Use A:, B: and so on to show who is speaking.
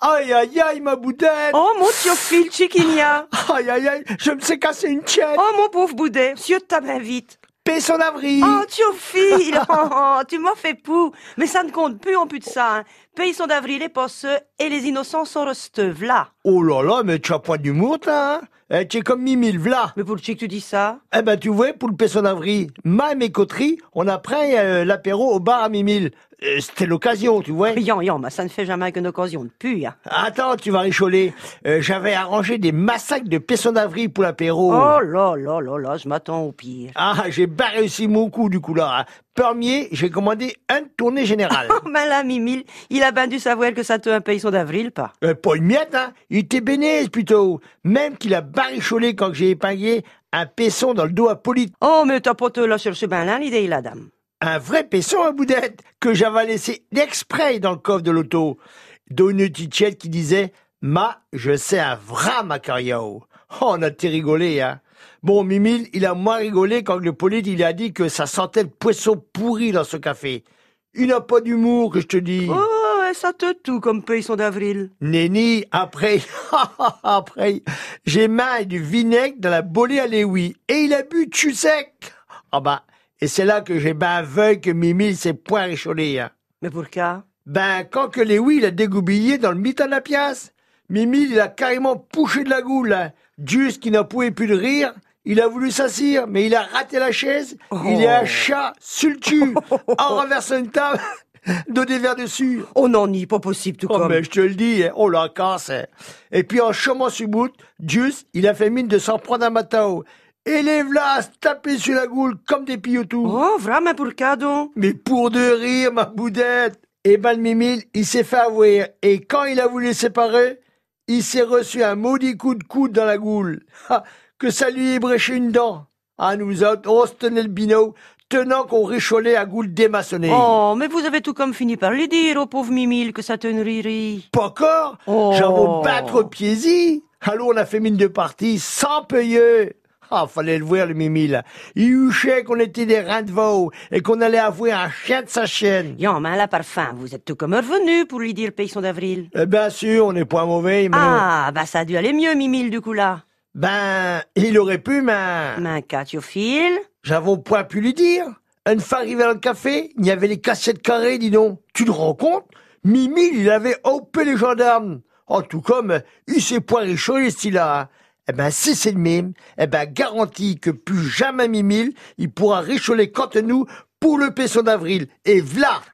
A: Aïe, aïe, aïe, ma boudette
B: Oh mon Théophile Chiquinia
A: Aïe, aïe, aïe, je me suis cassé une tienne
B: Oh mon pauvre boudet, monsieur de ta main vite
A: Paix son avril
B: Oh Théophile, oh, oh, tu m'en fais pou Mais ça ne compte plus en plus de ça hein. Pays sont d'avril, les posseux et les innocents sont resteux, v'là
A: Oh là là, mais tu as pas d'humour, toi, hein Eh, Tu es comme Mimile, v'là
B: Mais pour le chic, tu dis ça
A: Eh ben, tu vois, pour le paix son avril, ma et coterie, on a pris euh, l'apéro au bar à Mimile. Euh, C'était l'occasion, tu vois
B: Mais Yan, yan, mais bah, ça ne fait jamais qu'une occasion de pu, hein.
A: Attends, tu vas richoler. Euh, J'avais arrangé des massacres de paix son avril pour l'apéro.
B: Oh là là là là, je m'attends au pire
A: Ah, j'ai pas réussi mon coup, du coup, là. hein. Premier, j'ai commandé un tournée général.
B: Oh malin Mimile, il a bien dû savoir que ça te un pays son d'avril, pas
A: Euh, pas une miette, hein. Il était bénise plutôt. Même qu'il a baricholé quand j'ai épinglé un pesson dans le dos à Polyte.
B: Oh mais t'as pas te la chercher ben là l'idée, la dame
A: Un vrai pesson à boudette que j'avais laissé exprès dans le coffre de l'auto. Dont une titiette qui disait Ma, je sais un vrai macario. Oh, on a été rigolé, hein. Bon, Mimile, il a moins rigolé quand le Polyte, il a dit que ça sentait le poisson pourri dans ce café. Il n'a pas d'humour, que je te dis.
B: Oh, et ça te tout comme pays son d'avril
A: Nenni, après, après, j'ai mis du vinaigre dans la bolée à Léoui. Et il a bu tu sec. Ah bah, et c'est là que j'ai ben aveugle que Mimi s'est point réchaudé. hein.
B: Mais pourquoi
A: Ben, quand que Léoui l'a dégoubillé dans le mitan de la pièce, Mimi, il a carrément poussé de la goule. hein. Juste qu'il n'en pouvait plus de rire, il a voulu s'assire, mais il a raté la chaise. Il est un chat sultu, en renversant une table, donné vers dessus.
B: Oh non, ni pas possible tout
A: Oh,
B: comme
A: mais je te le dis, hein, on la casse. hein. Et puis en chômant sur bout, Dius, il a fait mine de s'en prendre à Matao. Et les v'là à se taper sur la goule comme des pilloutous.
B: Oh vraiment pourquoi donc
A: Mais pour de rire, ma boudette. Et ben le Mimile, il s'est fait avouer. Et quand il a voulu les séparer, il s'est reçu un maudit coup de coude dans la goule. Ah, que ça lui ait bréché une dent. Ah, nous autres, on se tenait le binot, tenant qu'on récholait à goule démaçonnée.
B: Oh, mais vous avez tout comme fini par lui dire, au pauvre Mimile, que ça te ririe.
A: pas encore.
B: Oh.
A: J'en veux battre pieds-y. Alors on a fait mine de partie sans payer. Ah, fallait le voir, le mimi, là. Il huchait qu'on était des reins de veau et qu'on allait avouer un chien de sa chienne.
B: Yan, mais là, par fin, vous êtes tout comme revenu pour lui dire paysson d'avril.
A: Eh bien sûr, on n'est point mauvais, mais...
B: Ah, bah ça a dû aller mieux, Mimile, du coup là.
A: Ben, il aurait pu, mais...
B: Mais qu'à tu fil
A: J'avons point pu lui dire. Une fois arrivé dans le café, il y avait les cassettes carrées, dis donc. Tu te rends compte Mimi, il avait hopé les gendarmes. En tout comme, euh, il s'est point réchaudé, ce là Eh ben, si c'est le même, eh ben, garanti que plus jamais Mimi, il pourra réchauffer contre nous pour le paisson d'avril. Et v'là